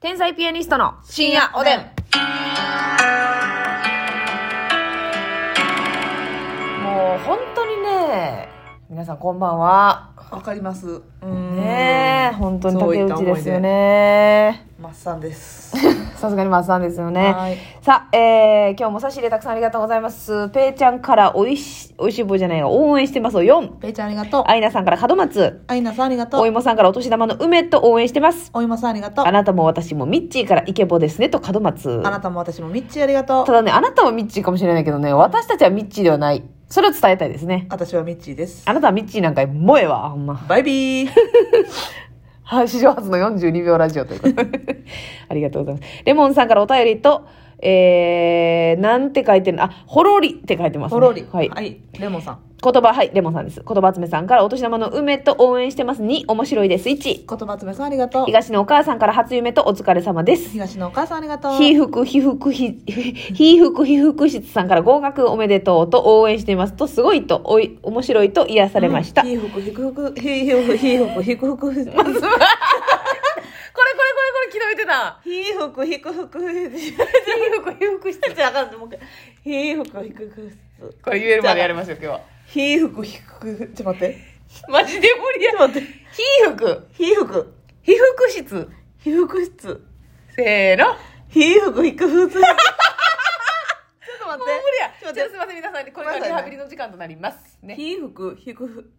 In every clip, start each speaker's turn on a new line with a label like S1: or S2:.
S1: 天才ピアニストの深夜おでん。もう本当にね、皆さんこんばんは。
S2: わかります。
S1: ねえ、本当に竹内ですよ
S2: そういった思い
S1: ね。
S2: マッサンです。
S1: さすがに松さんですよ
S2: は
S1: ね。
S2: い
S1: さあ、えー、今日も差し入れたくさんありがとうございます。ペイちゃんからおいし、おいしい棒じゃないが、応援してますを4。
S2: ペイちゃんありがとう。
S1: アイナさんから門松。
S2: アイナさんありがと
S1: お
S2: う。
S1: 芋さんからお年玉の梅と応援してます。
S2: おいもさんありがとう
S1: あ。なたも私もミッチーからイケボですねと門松。
S2: あなたも私もミッチーありがと
S1: た
S2: う。
S1: だね、あなたはミッチーかもしれないけどね、私たちはミッチーではない。それを伝えたいですね。
S2: 私はミッチーです。
S1: あなたはミッチーなんか萌えわ、ほんま。
S2: バイビー。
S1: はい、史上初の42秒ラジオということで。 ありがとうございます。レモンさんからお便りと、えー、なんて書いてるのあ、ほろりって書いてます、ね。
S2: ほろり。
S1: はい。
S2: はい。レモンさん。
S1: 言葉、はい、レモンさんです。言葉集めさんからお年玉の梅と応援してます。2、面白いです。1、
S2: 言葉つめさんありがとう。
S1: 東のお母さんから初夢とお疲れ様です。
S2: 東のお母さんありがとう。
S1: 被服、被服、ひ、 被服、被服室さんから合格おめでとうと応援していますと、すごいと、おい、面白いと癒されました。これ
S2: ひふくひくふく、ひふくひふくひくふく。
S1: こ
S2: ひ
S1: れこれこれ昨日言ってた。
S2: ふくひくふく。
S1: 被服、被服室。
S2: ちょっとあかんと思うけどひふくひくふく。
S1: これ言えるまでやりましょう、今日は。
S2: ひふくひく。ちょっと待って。
S1: マジで無理や。
S2: ちょっと待って。
S1: 被服、
S2: ひふく。
S1: 被服室。
S2: ひふく室。
S1: せーの。
S2: ひふくひ くふく。ちょっと
S1: もう
S2: 待っ
S1: 無
S2: て
S1: 理や。。
S2: ち
S1: ち
S2: ょ
S1: ょ
S2: っ
S1: っ
S2: と
S1: とす
S2: 待って
S1: みません、皆さん。これからリハビリの時間となります。ね。
S2: ひふくひくふ。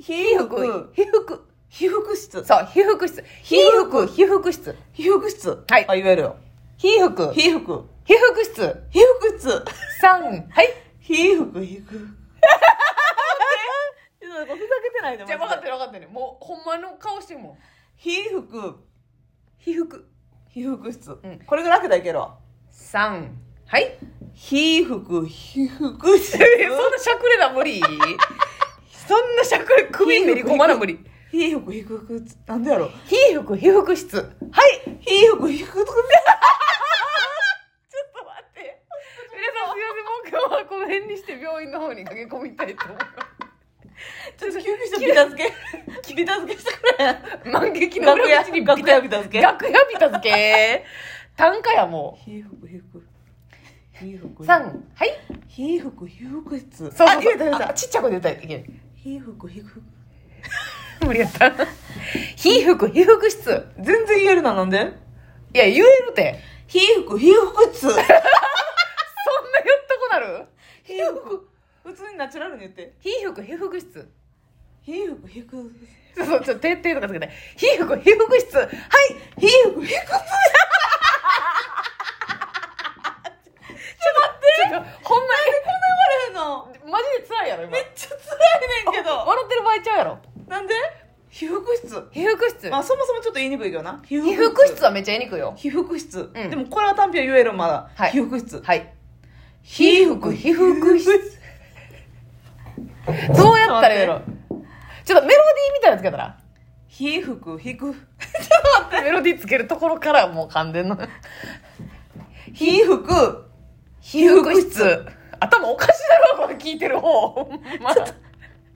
S1: 被服、被服。
S2: ひふく室。
S1: そう、被服室。被服、被服室。
S2: ひふく室。
S1: はい
S2: あ、言えるよ。
S1: 被服、
S2: ひふく。
S1: 被服室。
S2: ひ ふく室。
S1: 3、はい。
S2: ひふくひく。 ちょっと待ってふざけてないで
S1: じゃあ分
S2: マジ
S1: かっ
S2: で
S1: てる分かってる。もう、ほんまの顔しても。
S2: ひふく。
S1: 被服。
S2: ひふく室
S1: うん。
S2: これが楽だけど。
S1: 三。はい。
S2: ひふくひふく室。
S1: え そんなしゃくれな無理そんなしゃくれ、首めり込まな無理。
S2: ひふくひくふ。なんでやろう。
S1: 被服、被服室。はい。
S2: ひふくひくふ。
S1: ちょっと待って。皆さんすいません、もう今日はこの辺にして病院の方に駆け込みたいと思いま
S2: ちょっと救急車ビタ付け。切り助けしてくれ。
S1: す。満劇の
S2: 楽
S1: 裏
S2: 屋、
S1: 口にビタ
S2: 楽屋ビタ付け。
S1: 楽屋ビタ付け。 単価やも
S2: ひふくひふく。ひふ
S1: う。
S2: く。
S1: 三。はい。
S2: ひふくひふく室。
S1: そうそうそう
S2: あ、言えた言え
S1: あ
S2: た。
S1: ちっちゃい声で言ったらいけん。
S2: ひふくひふく。
S1: 無理やった。被服、被服室。
S2: 全然言えるな、なんで
S1: いや、言えるて。
S2: ひふくひふく室。
S1: そんな言ったこなる
S2: ひふく。普通にナチュラルに言って。
S1: 被服、被服室。
S2: ひふくひふく。
S1: そうそう、ちょっと徹底とかつけて。被服、被服室。はい。
S2: ひふくひふく
S1: ちょっと、ほんま
S2: 室の。
S1: に、マジで辛いやろ、今。
S2: めっちゃ辛いねんけど。
S1: 笑ってる場合ちゃうやろ。
S2: なんでひふく室。
S1: 被服室。
S2: まあそもそもちょっと言いにくいけどな。皮
S1: 被服室。はめっちゃ言いにくいよ。
S2: 皮膚室。
S1: うん
S2: でもこれは単品は言えるまだ。
S1: はい
S2: 皮膚室。
S1: はい。
S2: 皮
S1: 被
S2: 膚
S1: 服、
S2: 皮
S1: 被
S2: 膚
S1: 服
S2: 室
S1: 室。。どうやったらやろ。ちょっとメロディーみたいなのつけたら。
S2: 皮膚、皮 膚。
S1: ちょっと待って、メロディーつけるところからもう噛んでんの。
S2: 皮膚。
S1: 被服室。頭おかしいだろ、これ聞いてる方。ほんまちょっ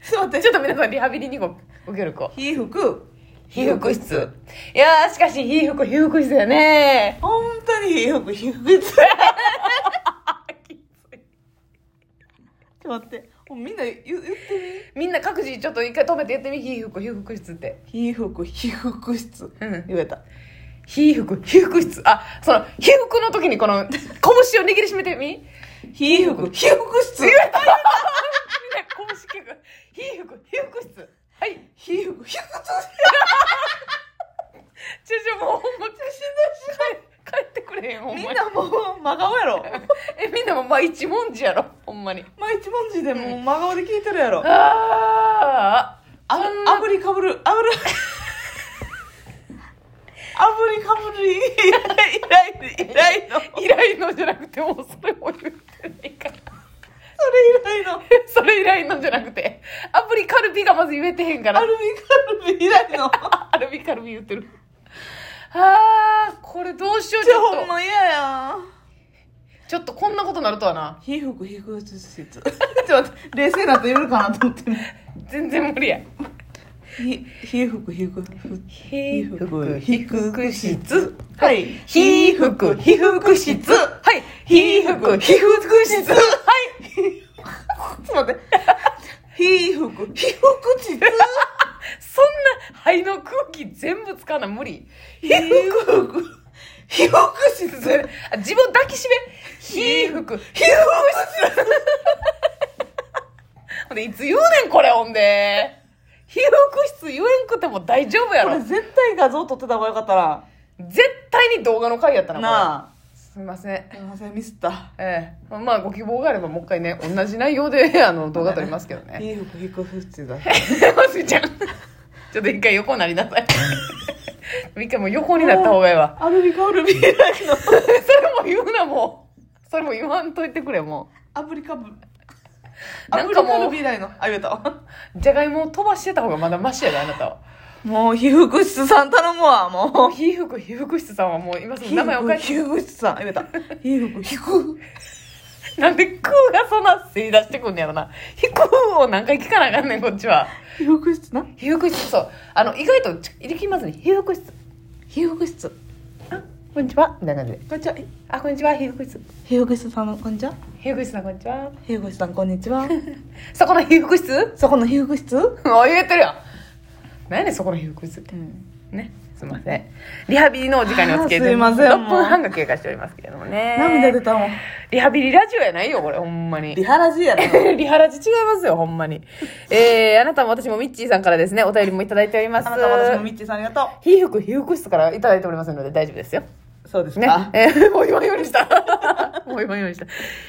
S2: ちょっと待って。
S1: と皆さんリハビリにご、ご協力を。
S2: 皮膚。
S1: 被服室。いやー、しかし、被服、被服室だよね
S2: 本当に皮膚、皮膚室。ち ょっと待って。もうみんな言う言って
S1: みんな各自ちょっと一回止めてやってみ、被服、被服室って。
S2: み。皮膚、皮膚室。
S1: うん。
S2: 言えた。
S1: 被服、被服室。あ、その、被服の時にこの、拳を握りしめてみ。みんな
S2: 皮膚、皮膚室。
S1: 拳結構、被服、被服室。はい。
S2: 皮膚、皮膚室。
S1: ちょちょ、もうほんま、しんどい帰帰ってくれへん、ほんま
S2: み
S1: に
S2: ん。なもう真顔 やろ。
S1: え、みんなもまあ一文字やろ、ほんまに。
S2: まあ一文字でもう真顔で聞いてるやろ。
S1: あー。
S2: あ
S1: そんな
S2: あぶりかぶ るあぶるあぶりかぶる依頼依頼の
S1: 依頼のじゃなくてもうそれも言ってないから
S2: それ依頼の
S1: それ以来のじゃなくてアプリカルビがまず言えてへんから
S2: アルミカルビ依頼の
S1: あアルビカルビ言ってるあーこれどうしようち
S2: じゃ
S1: ょ
S2: ほ
S1: っと
S2: んま嫌や
S1: ちょっとこんなことなるとはな
S2: 皮膚皮膚ちょっと待って冷静なと言えるかなと思って
S1: 全然無理や
S2: ひ皮膚皮膚
S1: 皮
S2: 膚
S1: 膚
S2: 皮
S1: 皮
S2: 膚
S1: 膚
S2: 質
S1: 質
S2: はい
S1: 皮膚皮膚質はい皮膚皮膚質はいちょっと待って
S2: 皮膚皮膚質
S1: そんな肺の空気全部使うの無理皮膚皮膚質あ自分抱きしめ皮膚皮膚質ほんでいつ言うねんこれほんで皮膚質言えんくても大丈夫や
S2: こ
S1: ろ
S2: れ絶対画像撮ってた方がよかったな
S1: 絶対に動画の回やったなこれ
S2: なあ
S1: すみません
S2: すいませんミスった
S1: ええまあご希望があればもう一回ね同じ内容で あの動画撮りますけど ね
S2: 皮膚皮膚質だ
S1: まつりちゃんちょっと一回横になりなさい一回もう横になった方がいいわ
S2: アルミカアルミライ の
S1: それも言うなもうそれも言わんといてくれも
S2: アプリカブア
S1: な
S2: プ
S1: ん
S2: リ
S1: か
S2: カ
S1: もう
S2: ブルビーライのあ言えた
S1: うじゃがいもを飛ばしてた方がまだマシやであな たは
S2: もう皮膚質さん頼むわもう
S1: 皮膚皮膚室さんはもう今すぐ名前おかし
S2: 皮膚質さん言えた皮膚皮膚
S1: いなんで空がそんな吸い出してくんねやろな「ひく」を何回聞かなあかんねんこっちは
S2: 皮膚質な
S1: 皮膚室そうあの意外とち力まずに「皮膚室
S2: 皮膚質
S1: あこんにちは」みたいな感じで
S2: こんにちは
S1: 「あこんにちは皮膚室
S2: 皮膚質さんこんにちは
S1: 皮膚室さんこんにちは
S2: 皮膚質さんこんにちは
S1: そ この皮膚室
S2: そこの皮膚質
S1: あ言えてるやん何やねんそこの皮膚室って
S2: うん
S1: ねすいませんリハビリのお時間にお付き合いただき
S2: あーすいません
S1: 6分半が経過しておりますけれどもね
S2: 涙出たもん
S1: リハビリラジオやないよこれほんまに
S2: リハラジやな
S1: リハラジ違いますよほんまにえー、あなたも私もミッチーさんからですねお便りもいただいております
S2: あなたも私もミッチーさんありがと
S1: 皮膚皮膚室からいただいておりますので大丈夫ですよ
S2: うそうです
S1: ね
S2: か、
S1: えー もう言わんようにした。もう言わんようにした。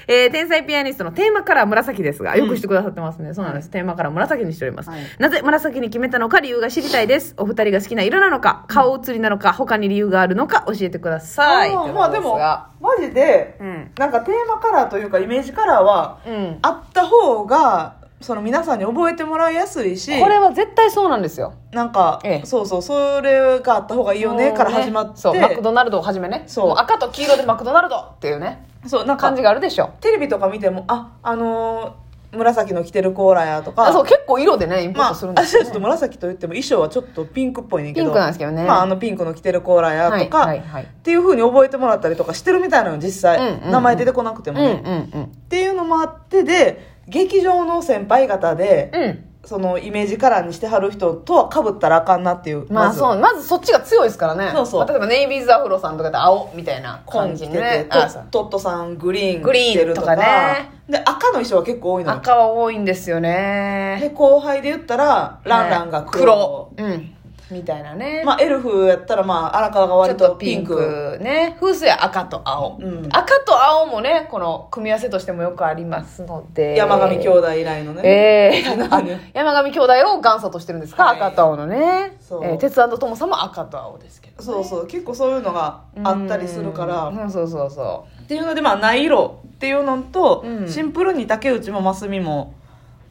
S1: えー天才ピアニストのテーマカラー紫ですが、よくしてくださってますね。そうなんです。テーマカラー紫にしております、
S2: はい
S1: なぜ紫に決めたのか理由が知りたいです。お二人が好きな色なのか、顔写りなのか、他に理由があるのか教えてください。
S2: あ
S1: とい
S2: ー
S1: う
S2: ま
S1: こ
S2: あ
S1: と
S2: ですも
S1: が
S2: マジで、
S1: うん
S2: なんかテーマカラーというかイメージカラーは、
S1: うん
S2: あった方がその皆さんに覚えてもらいやすいし
S1: これは絶対そうなんですよ。
S2: なんか、
S1: ええ
S2: そうそうそれがあった方がいいよねから始まって
S1: そう、マクドナルドをはじめね。
S2: そう
S1: も赤と黄色でマクドナルドっていうね、
S2: そうなんか
S1: 感じがあるでしょ。
S2: テレビとか見てもああのー紫の着てるコーラやとか
S1: あそう、結構色でね、インプッ
S2: まあ、
S1: トするんです
S2: 私
S1: よ、
S2: は
S1: ね
S2: ちょっと紫と言っても衣装はちょっとピンクっぽいねんけど
S1: ピンクなんですけどね
S2: まあ、あのピンクの着てるコーラやとか、
S1: はいはいはい
S2: っていうふうに覚えてもらったりとかしてるみたいなの実際、
S1: うんうんうん
S2: 名前出てこなくてもね、っ
S1: うんうん
S2: ていうのもあってで劇場の先輩方で、
S1: うん。うん。
S2: そのイメージカラーにしてはる人とはかぶったらあかんなっていう
S1: まあ
S2: う
S1: そう、まずそっちが強いですからね。
S2: そうそう
S1: まあ例えばネイビーズアフロさんとかで青みたいな
S2: 感
S1: 感
S2: じ
S1: じ
S2: て
S1: で
S2: て、
S1: ね。あそう
S2: トトットさんグリーン
S1: グリーン
S2: 着てるとか
S1: とかね
S2: で赤の衣装は結構多いのよ
S1: 赤は多いんですよ
S2: で
S1: ね。
S2: 後輩で言ったらランランが黒,、
S1: 黒。うん。みたいなね。
S2: まあ、エルフやったら、まあ、荒川が
S1: ちょ
S2: 割
S1: っ
S2: と
S1: と
S2: ピ
S1: ピ
S2: ン
S1: ン
S2: ク
S1: クね。風水は赤と青、
S2: うん
S1: 赤と青もね、この組み合わせとしてもよくありますので。
S2: 山上兄弟以来のね、
S1: え え
S2: なんかね
S1: 山上兄弟を元祖としてるんですか、
S2: はい
S1: 赤と青のね。
S2: そう
S1: えー鉄腕ともさんも赤と青ですけど。
S2: そうそう結構そういうのがあったりするから、
S1: うんうんそうそうそ
S2: っていうのでまあない色っていうのと、
S1: うん
S2: シンプルに竹内も真澄も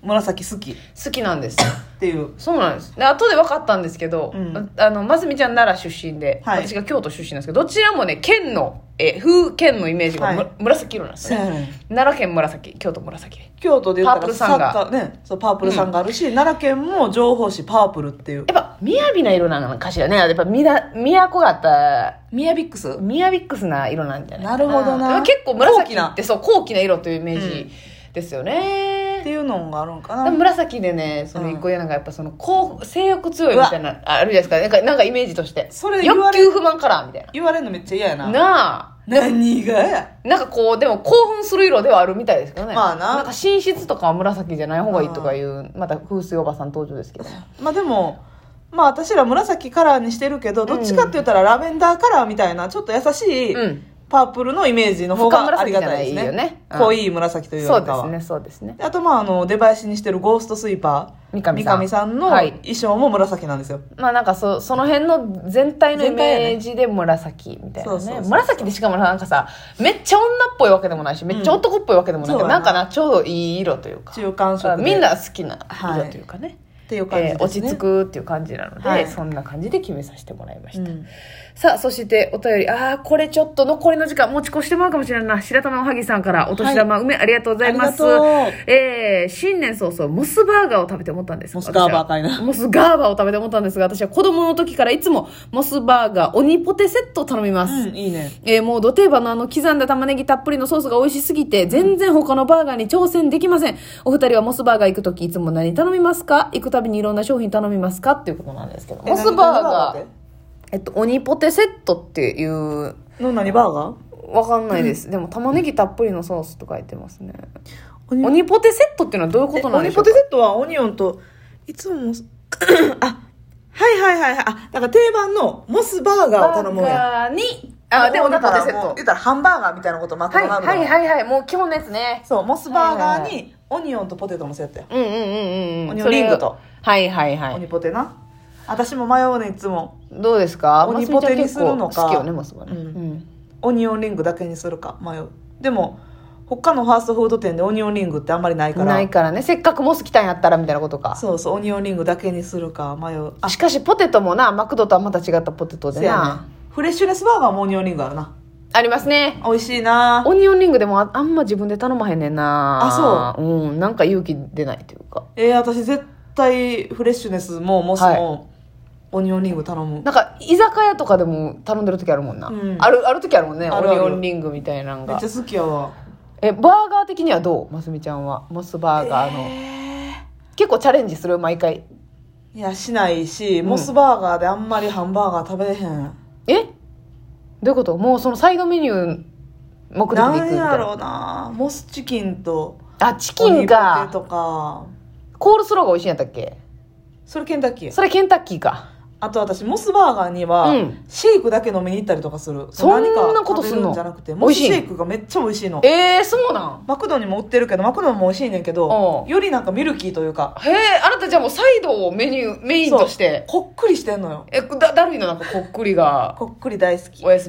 S2: 紫好きっ
S1: う。好きなんですよ。
S2: ていう
S1: そうなんですで後で分かったんですけど、
S2: うん
S1: あのますみちゃん奈良出身で、
S2: はい
S1: 私が京都出身なんですけどどちらもね県のえー風県のイメージがむ、
S2: はい
S1: 紫色なんですよね奈良県紫京都紫で
S2: 京都で言っ
S1: パープ
S2: たら
S1: ルさんが
S2: サッカーねそうパープルさんがあるし、奈良県も情報誌パープルっていう
S1: やっぱ雅な色なのかしらねやっぱみな都があった
S2: ミヤビックス
S1: ミヤビックスな色なんじゃないか
S2: なるほどな
S1: うん結構紫
S2: 高
S1: っ
S2: 貴
S1: てそう高貴な色というイメー
S2: うん
S1: ジですよね、
S2: っていうのがあるんか
S1: でも
S2: な
S1: 紫でねその一個嫌なのがやっぱそのこう性欲強いみたいなああるじゃないですかなんかなんかイメージとして
S2: それ言わ
S1: 欲
S2: れ
S1: 求不満カラーみたい
S2: 言われるのめっちゃ嫌や
S1: な
S2: な
S1: なあ
S2: 何がや
S1: なんかこう、でも興奮する色ではあるみたいですけどね。
S2: まあなん
S1: か寝室とかは紫じゃない方がいいとかいう、また風水おばさん登場ですけど。
S2: まあでもまあ私ら紫カラーにしてるけどどっちかって言ったらラベンダーカラーみたいなちょっと優しい、
S1: うん。
S2: パープルのイメージの方がありがた
S1: 深紫じ
S2: いですね
S1: ゃないよねうん
S2: 濃い紫という
S1: そ
S2: よ
S1: う
S2: り
S1: で
S2: か
S1: す
S2: は、
S1: ね、そうですね。
S2: あとまああの出囃子にしてるゴーストスイーパー
S1: 三上さん
S2: の
S1: はい
S2: 衣装も紫なんですよ、
S1: まあなんかそ、その辺の全体のイメージで紫みたいな
S2: 全体やねそうそうそ
S1: ね。
S2: うそう
S1: 紫でしかもなんかさ、めっちゃ女っぽいわけでもないし、めっちゃ男っぽいわけでもなくて、
S2: うん
S1: なんかな、ちょうどいい色というか。
S2: 中間色で
S1: みんな好きな色というかね。
S2: っていう感じ
S1: え
S2: です、ね
S1: ー落ち着くっていう感じなので、
S2: はい
S1: そんな感じで決めさせてもらいました。
S2: うん
S1: さあ、そしてお便り。ああ、これちょっと残りの時間持ち越してもらうかもしれんな。白玉おはぎさんからお年玉梅、ありがとうございます。
S2: ありがとう
S1: えー、新年早々、モスバーガーを食べて思ったんです。
S2: モスガーバーかいな
S1: 私はモスガーバーを食べて思ったんですが、私は子供の時からいつもモスバーガー、鬼ポテセットを頼みます。
S2: うん、いいね。
S1: えーもうド定番のあの刻んだ玉ねぎたっぷりのソースが美味しすぎて、全然他のバーガーに挑戦できません。お二人はモスバーガー行くときいつも何頼みますか行くたびにいろんな商品頼みますかっていうことなんですけど。モスバーガー、えっと、鬼ポテセットっていう、
S2: ー。の何バーガー
S1: わかんないです。でも玉ねぎたっぷりのソースと書いてますね。
S2: 鬼
S1: 鬼ポテセットっていうのはどういうことなんで
S2: 鬼
S1: しょ
S2: ポ
S1: うか
S2: テセットはオニオンと、いつも モス、あ、はいはいはいはい。あ、だから定番のモスバーガーを頼もうや。
S1: バーガーに、あ、でも
S2: だ
S1: 鬼
S2: か
S1: ポテ
S2: ら
S1: セ
S2: も
S1: ッ
S2: う言
S1: ト。
S2: うたらハンバーガーみたいなことマク
S1: は
S2: ド
S1: い、
S2: ナルド
S1: はい、
S2: い。
S1: はい、はい。もう基本ですね。
S2: そう、モスバーガー
S1: はいはい
S2: にオニオンとポテト乗せやったよ。
S1: うんうんうんうん。
S2: オニオンリングと
S1: それを。はいはいはい
S2: オ。ニポテな。私も迷うね、いつも。
S1: どうですか
S2: 鬼ポテにするのか
S1: マスミちゃん結構好きよねマスバね、
S2: うん
S1: うん
S2: オニオンリングだけにするか迷う。でも、他のファーストフード店でオニオンリングってあんまりないから。
S1: ないからねせっかくモス来たんやったらみたいなことか
S2: そうそう、オニオンリングだけにするか迷う。あ、
S1: しかしポテトもなマクドとはまた違ったポテトで
S2: せや
S1: な、
S2: ね。フレッシュレスバーガーもオニオンリングあるな。
S1: ありますね
S2: 美味しいな
S1: オニオンリングでもああんま自分で頼まへんねんな
S2: あ
S1: そううんなんか勇気出ないというか
S2: えー、私絶対フレッシュネスもモスもオニオンリング頼む。
S1: なんか居酒屋とかでも頼んでる時あるもんな、
S2: うん
S1: あるある時あるもんね
S2: あるある
S1: オニオンリングみたいなの
S2: めっ
S1: が
S2: ちゃ好きやわ。
S1: えバーガー的にはどうますみちゃんはモスバーガーの、結構チャレンジする毎回
S2: いや、しないし、モスバーガーであんまりハンバーガー食べれへん。
S1: えどういうこともうそのサイドメニュー目的で行
S2: な
S1: くみた
S2: ん
S1: い
S2: や
S1: な
S2: ろうなモスチキンと
S1: あチ
S2: オ
S1: キ
S2: ニ
S1: ン
S2: ポテ
S1: か
S2: とか
S1: コールスローが美味しいんやったっけ
S2: それケンタッキーや
S1: それケンタッキーか
S2: あと私モスバーガーには、
S1: うん
S2: シェイクだけ飲みに行ったりとかする
S1: そんな
S2: 何か
S1: ことすんの
S2: 食べんじゃなくて
S1: 美
S2: モ
S1: 味
S2: ス
S1: しい
S2: シェイクがめっちゃ美味しいの
S1: えー、そうなん
S2: マクドにも売ってるけどマクドも美味しいねんけど
S1: うん
S2: よりなんかミルキーというか
S1: へえあなたじゃあもうサイドをメニューメインとして
S2: そうこっくりしてんのよ
S1: えだだるいのなんかこっくりが
S2: こっくり大好き
S1: おやすみ